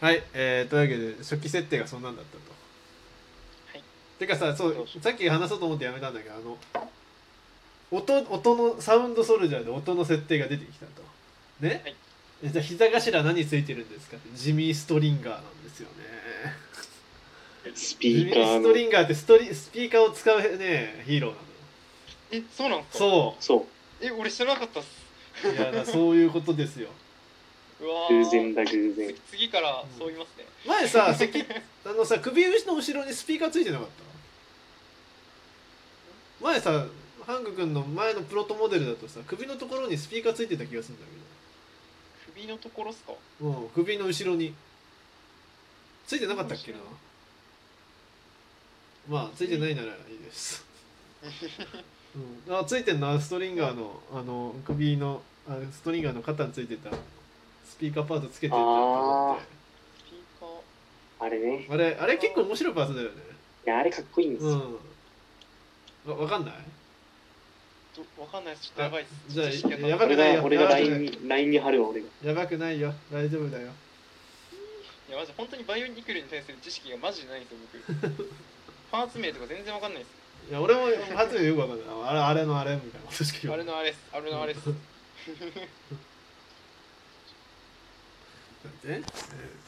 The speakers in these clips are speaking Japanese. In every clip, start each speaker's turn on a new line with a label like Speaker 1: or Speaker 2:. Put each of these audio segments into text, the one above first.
Speaker 1: はい、えー、というわけで初期設定がそんなんだったと。
Speaker 2: はい
Speaker 1: てかさそう
Speaker 2: どうしよ
Speaker 1: さっき話そうと思ってやめたんだけどあの音音のサウンドソルジャーで音の設定が出てきたと。ね、
Speaker 2: はい
Speaker 1: えじゃあ膝頭何ついてるんですかってジミーストリンガーなんですよね。
Speaker 2: ス
Speaker 1: ジ
Speaker 2: ピ
Speaker 1: ミ
Speaker 2: ーカ
Speaker 1: ー
Speaker 2: ー
Speaker 1: スト
Speaker 2: の
Speaker 1: リンガーってストリスピーカーを使うねヒーローなのよ。
Speaker 3: えそうなんですか
Speaker 1: そ
Speaker 2: そ
Speaker 3: え俺知らなかったっす
Speaker 1: ういやだそういうことですよ。
Speaker 3: うわ
Speaker 2: う
Speaker 3: ー
Speaker 2: 偶然だ偶然
Speaker 3: 次次からそう言いますね、
Speaker 1: 前させきあのさ首の後ろにスピーカーついてなかった前さハング君の前のプロトモデルだとさ首のところにスピーカーついてた気がするんだ
Speaker 3: 首のところっすか
Speaker 1: けど、うん、首の後ろについてなかったっけなまあついてないならいいです、うん、あついてんなストリンガーのあの首のあストリンガーの肩についてたスピーカーパーツつけてんだと思って
Speaker 3: スピーカー
Speaker 2: あれね
Speaker 1: あれあれ結構面白いパーツだよね
Speaker 2: いやあれかっこいいんです
Speaker 1: う
Speaker 2: よ、
Speaker 1: んわわかんない
Speaker 3: どわかんないですちょっとやばいっす
Speaker 1: じゃあ
Speaker 3: 知識が足りな
Speaker 1: や
Speaker 3: い
Speaker 1: ばく
Speaker 2: 俺
Speaker 1: ないよ
Speaker 2: が俺が
Speaker 1: やばく
Speaker 2: LINE
Speaker 1: ない
Speaker 2: に LINE に貼るわ俺が
Speaker 1: やばくないよ大丈夫だよ
Speaker 3: いやマジ本当にバイオニクルに対する知識がマジでないんですよ僕 パーツ名とか全然わかんないです
Speaker 1: いや俺も初めよくわかんないあれあれのあれみたいなことしか言
Speaker 3: あ
Speaker 1: わ
Speaker 3: れ
Speaker 1: ない
Speaker 3: のあれですあれのあれです
Speaker 1: え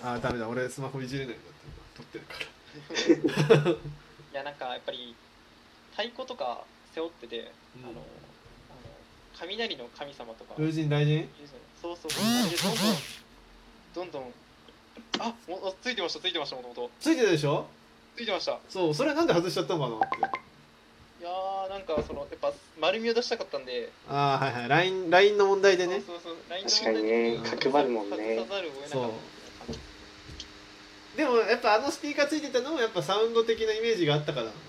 Speaker 1: あダメだ俺スマホいじれないんだって撮ってるか
Speaker 3: いやなんかやっぱり太鼓とか背負ってて、
Speaker 1: うん
Speaker 3: あのあの雷の神様とか、
Speaker 1: ら風神大臣
Speaker 3: そうそうそうどんどんどんどんあもあついてましたついてましたもともと
Speaker 1: ついてたでしょ
Speaker 3: ついてましたい
Speaker 1: そうそれなんで外しちゃったのかなって
Speaker 3: やーなんかそのやっぱ丸みを出したかったんで
Speaker 1: ああはいはい LINE, LINE の問題でね
Speaker 3: そうそうそうライン
Speaker 2: 確かにね角張るもんね
Speaker 3: さざるを得な
Speaker 1: そ
Speaker 3: か
Speaker 1: う
Speaker 3: っ
Speaker 1: でもやっぱあのスピーカーついてたのもやっぱサウンド的なイメージがあったからなのか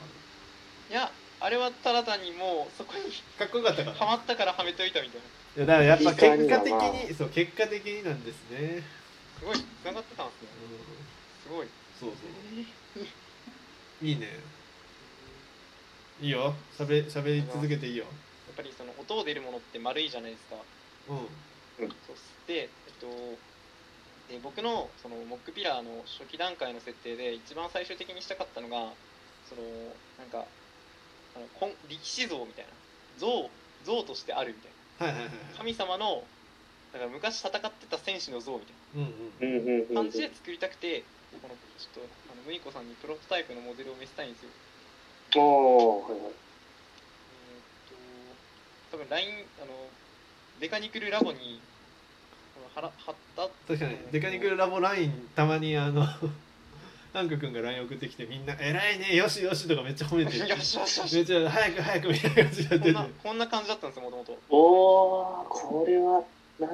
Speaker 3: たいやあれはただ単にもうそこに
Speaker 1: なかっこよかったから
Speaker 3: ハマったからはめといたみたいない
Speaker 1: やだからやっぱ
Speaker 2: い
Speaker 1: 結
Speaker 2: い感じ
Speaker 1: 果
Speaker 2: だ
Speaker 1: 的
Speaker 2: な
Speaker 1: にそう結果的になんですね、
Speaker 3: すごい繋がってたんですねすごい
Speaker 1: そうそういいねいいよしゃべしゃべり続けていいよ
Speaker 3: やっぱりその音を出るものって丸いじゃないですか。
Speaker 1: うん
Speaker 3: そうで、えっと、で僕のそのモックピラーの初期段階の設定で一番最終的にしたかったのが、そのなんかあのこん力士像みたいな像像としてあるみたい
Speaker 1: はいはいはいはい
Speaker 3: な神様のだから昔戦ってた戦士の像み
Speaker 1: う
Speaker 3: たい
Speaker 1: んうん
Speaker 2: うんうんうん
Speaker 3: な
Speaker 2: うん
Speaker 3: 感じで作りたくて、このちょっとあのムイコさんにプロトタイプのモデルを見せたいんですよ。
Speaker 2: おーはいは
Speaker 3: えー
Speaker 2: い
Speaker 3: っと多分 LINE あのデカニクルラボにこの貼ら貼った
Speaker 1: 確かにデカニクルラボラインたまにあの ハンク君が LINE 送ってきてみんな「偉いねよしよし」とかめっちゃ褒め てる
Speaker 3: よしよしよ
Speaker 1: めっ
Speaker 3: し
Speaker 1: ちゃ早く早くみたいな感じでやってる
Speaker 3: こんなこんな感じだったんですよもともと
Speaker 2: おーこれは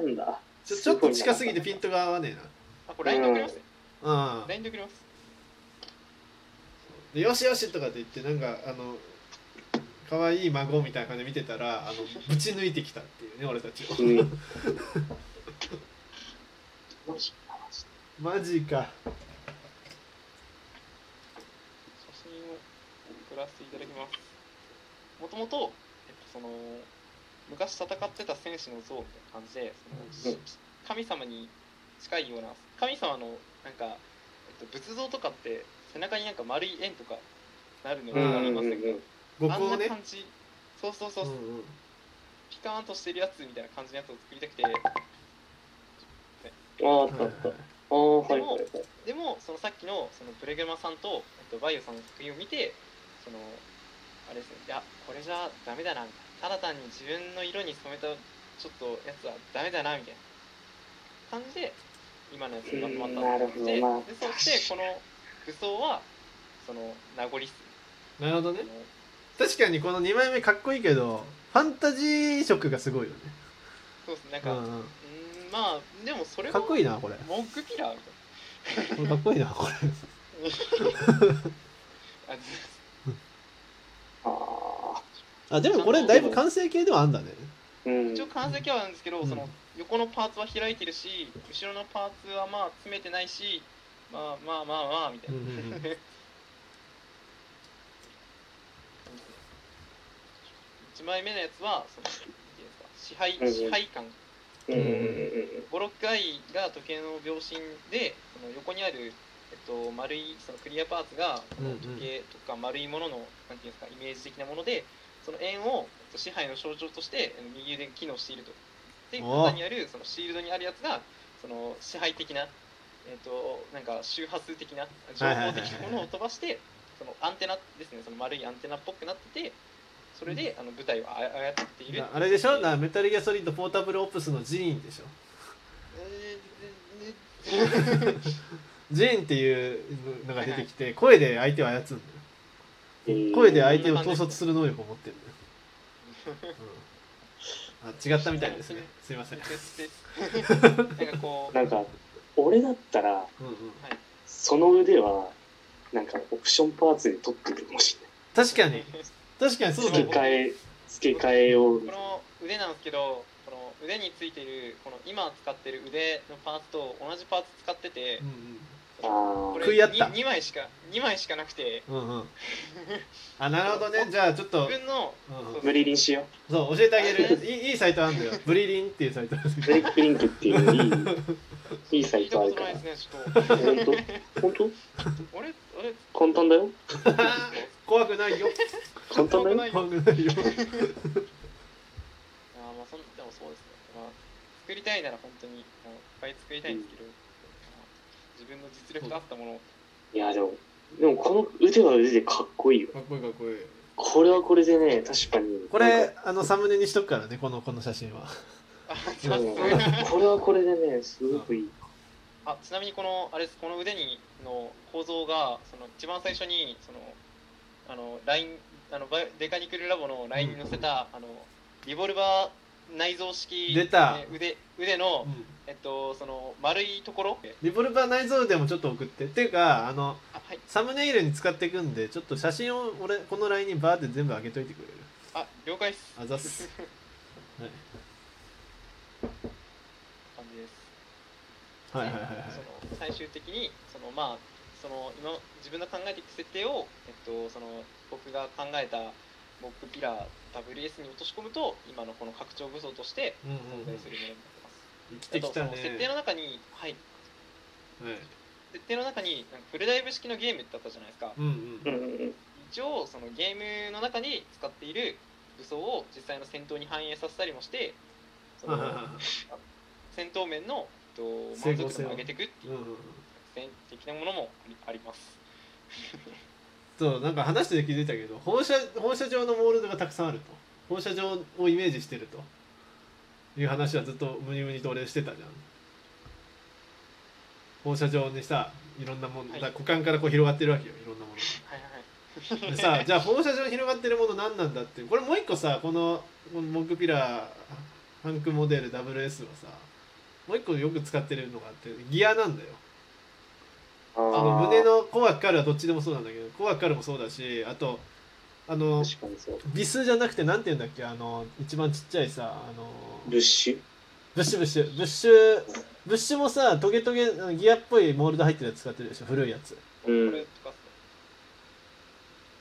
Speaker 2: なんだ
Speaker 1: ちょちょっと近すぎてピントが合わねえな
Speaker 3: あこれ LINE で送りますね
Speaker 1: うん
Speaker 3: LINE で送ります
Speaker 1: でよしよしとかって言ってなんかあの可愛い孫みたいな感じで見てたらあのぶち抜いてきたっていうね俺たちを
Speaker 2: うん
Speaker 1: マジか
Speaker 3: 写真を送らせていただきますもともとえっとその昔戦ってた戦士の像みたいな感じでその
Speaker 2: うん
Speaker 3: 神様に近いような神様のなんか、えっと、仏像とかって背中になんか丸い円とかなるのがありますけど、
Speaker 2: うんうんうん
Speaker 1: 僕
Speaker 3: あん
Speaker 1: を
Speaker 3: な
Speaker 1: ね
Speaker 3: 感じそうそうそう、
Speaker 1: うん
Speaker 3: ピカーンとしてるやつみたいな感じのやつを作りたくて
Speaker 2: あーあ
Speaker 1: う
Speaker 2: っ
Speaker 1: んは
Speaker 2: たあ
Speaker 1: い
Speaker 2: ったああはいはいはい
Speaker 3: でもそのさっきのそのブレグマさんとえっとバイオさんの作品を見てそのあれですねいやこれじゃダメだなみたいなただ単に自分の色に染めたちょっとやつはダメだなみたいな感じで今のやつがまとまったんです
Speaker 2: うんなるほど
Speaker 3: で
Speaker 2: な
Speaker 3: でそしてこの武装はその名残っす
Speaker 1: なるほど
Speaker 3: ね
Speaker 1: ね確かにこの2枚目かっこいいけどファンタジー色がすごいよね
Speaker 3: そうですねなん
Speaker 1: う
Speaker 3: か、うん
Speaker 1: んうん
Speaker 3: ーんまあでもそれ
Speaker 1: か
Speaker 3: は
Speaker 1: っこいいなこれ
Speaker 3: モンクピラーみたいな
Speaker 1: これかっこいいなこれ
Speaker 3: あ
Speaker 2: あ
Speaker 1: あでもこれだいぶ完成形ではあんだね
Speaker 2: ーうん
Speaker 3: 一応完成形はあるんですけど、
Speaker 1: うん
Speaker 3: その横のパーツは開いてるし後ろのパーツはまあ詰めてないしまあまあまあまあみたい
Speaker 1: うん
Speaker 3: な、
Speaker 1: うんうん
Speaker 3: 1枚目のやつはそのいいですか支配
Speaker 2: うんうん
Speaker 3: 支配感
Speaker 2: うんうんうんうん
Speaker 3: 56回が時計の秒針でその横にある、えっと、丸いそのクリアパーツが
Speaker 1: うんうん
Speaker 3: 時計とか丸いもののなんていうんですかイメージ的なものでその円をえっと支配の象徴としてあの右腕が機能していると。で
Speaker 1: お
Speaker 3: 体にあるそのシールドにあるやつがその支配的な、えっとなんか周波数的な情報的なものを飛ばしてそのアンテナですねその丸いアンテナっぽくなっててそれであの舞台をあ操っている
Speaker 1: なあれでしょなメタルギアソリッドポータブルオプスのジーンでしょジーンっていうのが出てきて声で相手を操るんだよ
Speaker 2: えー
Speaker 1: 声で相手を統率する能力を持ってるんだよ、うんあ違ったみたいですねすいません、
Speaker 3: なんかこう
Speaker 2: なんか俺だったら
Speaker 1: うんうん、
Speaker 2: その腕はなんかオプションパーツに取ってくるかもし
Speaker 1: 確かに確かにそうだ
Speaker 2: れない
Speaker 1: よ
Speaker 2: 付け替え付け替えを
Speaker 3: この腕なんですけどこの腕についているこの今使ってる腕のパーツと同じパーツ使ってて
Speaker 1: う
Speaker 2: あ
Speaker 3: こ
Speaker 2: ー
Speaker 3: れ
Speaker 1: 食い合った
Speaker 3: に 2, 枚しか2枚しかなくて
Speaker 1: んうんうんうんあなるほど ねじゃあちょっと、
Speaker 3: 自分の
Speaker 1: うんうん
Speaker 2: 無理にしよう
Speaker 1: そう教えてあげるいいいいサイトあ るんだよブリリンっていうサイトなんだ
Speaker 2: ブ
Speaker 1: け
Speaker 2: レ
Speaker 1: ど
Speaker 2: イクリンクって いういいいいサ
Speaker 3: 聞
Speaker 2: イ
Speaker 3: いたこ
Speaker 2: トある
Speaker 3: と
Speaker 2: か
Speaker 3: ないで
Speaker 2: ら
Speaker 3: すねちょっと
Speaker 2: 本当本当
Speaker 3: 俺俺
Speaker 2: 簡単だよ
Speaker 1: 怖くないよ
Speaker 2: 簡単だよ
Speaker 3: ないよ
Speaker 1: 怖くないよ
Speaker 3: あーまあそんでもそうですね、まあ、作りたいなら本当にあのいっぱい作りたいんですけど、まあ自分の実力と合ったものを
Speaker 2: いやでもでもこの腕は腕でかっこいいよ
Speaker 1: かっこいいかっこいい
Speaker 2: これはこれでね確かに
Speaker 1: こ
Speaker 2: なん
Speaker 1: れ
Speaker 2: か
Speaker 1: あのサムネにしとくからねこのこの写真は
Speaker 3: あ
Speaker 2: う
Speaker 3: ち
Speaker 2: ん
Speaker 3: ょっと
Speaker 2: これはこれでねすごくいい
Speaker 3: あちなみにこのあれですこの腕にの構造がその一番最初にそのあのラインあのバイデカニクルラボのラインに載せた、あのリボルバー内蔵式
Speaker 1: 出た
Speaker 3: え腕腕の、
Speaker 1: うん
Speaker 3: えっとその丸いところ
Speaker 1: リボルバー内蔵でもちょっと送ってっていうかあの
Speaker 3: あはい
Speaker 1: サムネイルに使っていくんでちょっと写真を俺この LINE にバーって全部上げといてくれる
Speaker 3: あ了解っす
Speaker 1: あざっ すはい
Speaker 3: 感じです
Speaker 1: はいはいはいはい
Speaker 3: その最終的にそのまあその今自分の考えてきた設定を、えっと、その僕が考えたモップピラー WS に落とし込むと今のこの拡張武装として
Speaker 1: うんうんう
Speaker 3: 存
Speaker 1: ん
Speaker 3: 在するものになってます。
Speaker 1: 生きてきた
Speaker 3: あとその設定
Speaker 1: ね
Speaker 3: の中には
Speaker 1: は
Speaker 3: い
Speaker 1: い
Speaker 3: 設定の中になんかフルダイブ式のゲームってあったじゃないですか。
Speaker 1: うんう
Speaker 2: う
Speaker 1: ん
Speaker 2: んうん
Speaker 3: 一応そのゲームの中に使っている武装を実際の戦闘に反映させたりもしてそ
Speaker 1: は
Speaker 3: の
Speaker 1: いはいはい
Speaker 3: 戦闘面の、えっと、
Speaker 1: 整
Speaker 3: 満
Speaker 1: 合
Speaker 3: 足
Speaker 1: 性を
Speaker 3: 度を上げていくって
Speaker 1: う
Speaker 3: い
Speaker 1: ん
Speaker 3: う
Speaker 1: うんうん
Speaker 3: 戦的なものもありあります。
Speaker 1: そうなんか話してて気づいたけど放射放射状のモールドがたくさんあると放射状をイメージしてるという話はずっとムニムニと俺してたじゃん放射状にさいろんなもの、
Speaker 3: はい
Speaker 1: だ股間からこう広がってるわけよいろんなものが
Speaker 3: はいはいはい
Speaker 1: でさじゃあ放射状に広がってるもの何なんだってこれもう一個さこのこのモンクピラーハンクモデル WS はさもう一個よく使ってるのがあってギアなんだよ
Speaker 2: あ
Speaker 1: あの
Speaker 2: ー
Speaker 1: 胸のコアカルはどっちでもそうなんだけどコアカルもそうだしあとあの
Speaker 2: 確かにそう
Speaker 1: ビスじゃなくてなんて言うんだっけあの一番ちっちゃいさあの
Speaker 2: ブッシュ
Speaker 1: ブッシュブッシュブッシュブッシュもさトゲトゲあのギアっぽいモールド入ってるやつ使ってるでしょ古いやつ
Speaker 2: うん
Speaker 3: これとかっすね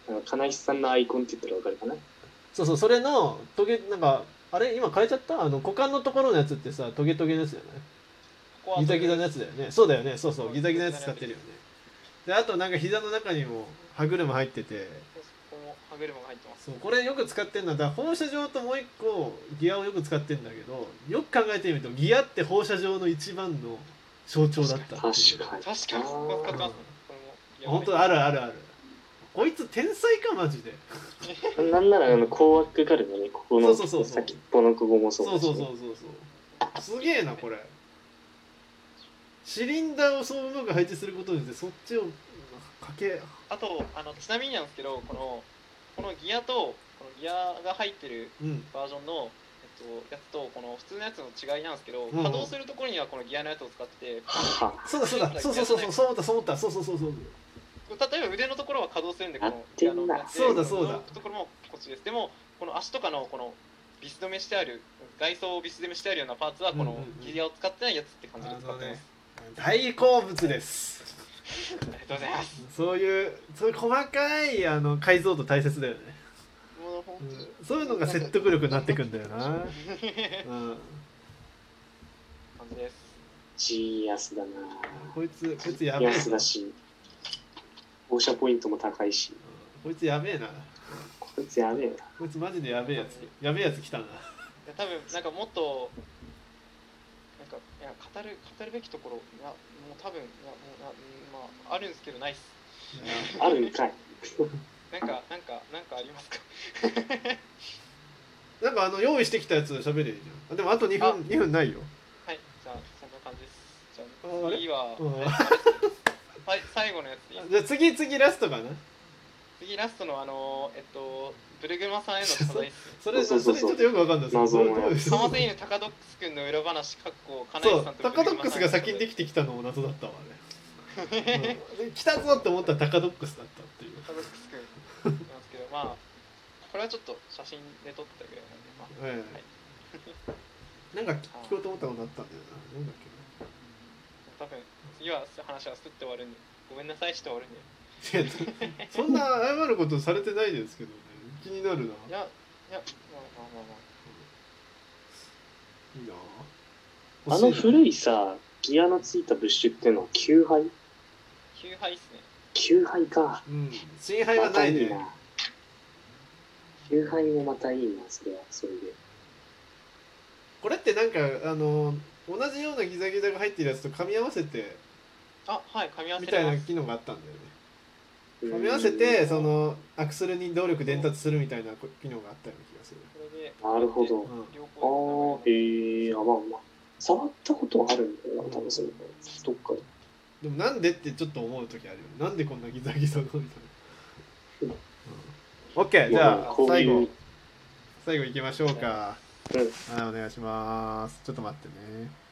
Speaker 2: あの金石さんのアイコンって言ったらわかるかな
Speaker 1: そうそうそれのトゲなんかあれ今変えちゃったあの股間のところのやつってさトゲトゲのやつじゃない
Speaker 3: ここは
Speaker 1: ギザギザのやつだよねそうだよねそうそ
Speaker 3: そうう
Speaker 1: ギザギザのやつ使ってるよねであとなんか膝の中にも歯車入ってて
Speaker 3: ここも歯車が入ってます。
Speaker 1: そうこれよく使ってるのはだから放射状ともう一個ギアをよく使ってるんだけどよく考えてみるとギアって放射状の一番の象徴だったっていう
Speaker 2: 確か
Speaker 3: 確か
Speaker 2: に
Speaker 3: に、ここ
Speaker 2: あー
Speaker 3: 使ってますね。これも。いや
Speaker 1: 本当あるあるあるこいつ天才かマジで
Speaker 2: なんならあの高枠ガルのねここ
Speaker 1: そ
Speaker 2: の
Speaker 1: うそうそうそう
Speaker 2: 先っぽのここもそ
Speaker 1: そう
Speaker 2: う
Speaker 1: そう
Speaker 2: だ
Speaker 1: そ
Speaker 2: し
Speaker 1: う
Speaker 2: ね
Speaker 1: そうそうすげえなこれシリンダーをそううまく配置することによってそっちをかけ
Speaker 3: あと、あの、ちなみになんですけど、この、このギアと、このギアが入ってる
Speaker 1: うん
Speaker 3: バージョンの、えっと、やつと、この普通のやつの違いなんですけど、
Speaker 1: ん
Speaker 3: 稼働するところにはこのギアのやつを使ってて、
Speaker 2: は
Speaker 1: そうだそうだそうそうそうそうそう思ったそう思ったそうそうそうそう
Speaker 3: 例えば腕のところは稼働するんで、こ
Speaker 2: や
Speaker 3: の
Speaker 2: っ
Speaker 3: ギ
Speaker 2: て
Speaker 3: アの
Speaker 2: んな
Speaker 3: やつで
Speaker 1: そうだそうだ
Speaker 3: このところもこっちです。でも、この足とかの、この、ビス止めしてある、外装をビス止めしてあるようなパーツは、こ
Speaker 1: うんう
Speaker 3: の
Speaker 1: んうん
Speaker 3: ギアを使ってないやつって感じで使ってます。
Speaker 1: 大好物です
Speaker 3: ありがとうございます。
Speaker 1: そういうそういう細かいあの解像度大切だよね、
Speaker 3: もう本
Speaker 1: うんそういうのが説得力になってくんだよな、うん、
Speaker 3: じです。
Speaker 2: ジーヤスだな。
Speaker 1: こいつこいつやべえな
Speaker 2: 安だし、放射ポイントも高いし、
Speaker 1: こいつやべえな
Speaker 2: こいつやべえな。
Speaker 1: こいつマジでやべえやつやべえやつ来たない
Speaker 3: や多分なんかもっとなんかいや語る語るべきところいやもう多分いやもうなうんまああるんですけどないっす。
Speaker 2: あるんかい。
Speaker 3: なんかなんかなんかありますか。
Speaker 1: なんかあの用意してきたやつ喋れるじゃんあでもあと2
Speaker 3: あ
Speaker 1: 分二分ないよ
Speaker 3: はいじゃあそんな感じです。じゃ
Speaker 1: ああ
Speaker 3: あ
Speaker 1: れ
Speaker 3: 次は
Speaker 1: うん
Speaker 3: はい最後のやついい
Speaker 1: あじゃあ次次ラストかな
Speaker 3: 次ラストのあのえっとブルグマさんへの謝罪 っす。
Speaker 1: それ
Speaker 2: そうそうそ
Speaker 1: そ
Speaker 2: う
Speaker 1: れちょっとよくわかんない
Speaker 2: 謎のやつ
Speaker 1: どういう
Speaker 3: カマ
Speaker 1: そ
Speaker 3: セイヌタカドックス君の裏話かっこカナイ
Speaker 1: う
Speaker 3: さんと
Speaker 1: タカドックスが先にで
Speaker 3: き
Speaker 1: きてきたのも謎だったわね、うんで来たぞって思ったらタカドックスだったっていう
Speaker 3: タカドックス君なんですけどまあこれはちょっと写真で撮ったぐらいなんでま
Speaker 1: え
Speaker 3: あ。
Speaker 1: えなんか聞こうと思ったことあったんだよななんだっ
Speaker 3: 多分次は話はすって終わるんでごめんなさいして終わるんでい
Speaker 1: けないやそんな謝ることされてないですけどね気になるない
Speaker 3: やいやまあまあまあまあ
Speaker 1: いいな
Speaker 2: あの古
Speaker 1: い
Speaker 2: いさ、ギアのついたブッシュっていうのは9杯
Speaker 3: 9敗っすね
Speaker 2: ?9 杯か。
Speaker 1: うん新杯は
Speaker 2: ま
Speaker 1: な
Speaker 2: た
Speaker 1: い
Speaker 2: いい
Speaker 1: ね
Speaker 2: な。9杯もまたいいな、それは、それで。
Speaker 1: これってなんかあの同じようなギザギザが入ってるやつと噛み合わせて
Speaker 3: あはい噛み合わせ
Speaker 1: み
Speaker 3: れ
Speaker 1: たい
Speaker 3: ま
Speaker 1: な
Speaker 3: す
Speaker 1: 機能があったんだよね
Speaker 2: うん
Speaker 1: 噛み合わせてそのアクセルに動力伝達するみたいな機能があったような気がする、
Speaker 3: これで
Speaker 2: なるほど。
Speaker 1: う
Speaker 3: 両
Speaker 2: あ
Speaker 3: 方
Speaker 2: あ、へえ、あ、まあまあ。触ったことはあるんだよな、多分それ。どっか
Speaker 1: ん、
Speaker 2: で。
Speaker 1: でもなんでってちょっと思う時あるよねなんでこんなギザギザのみたいな、うん、OK じゃあ
Speaker 2: こう
Speaker 1: 最
Speaker 2: い
Speaker 1: 後
Speaker 2: う
Speaker 1: 最後いきましょうか、
Speaker 2: うん
Speaker 1: はいお願いしますちょっと待ってね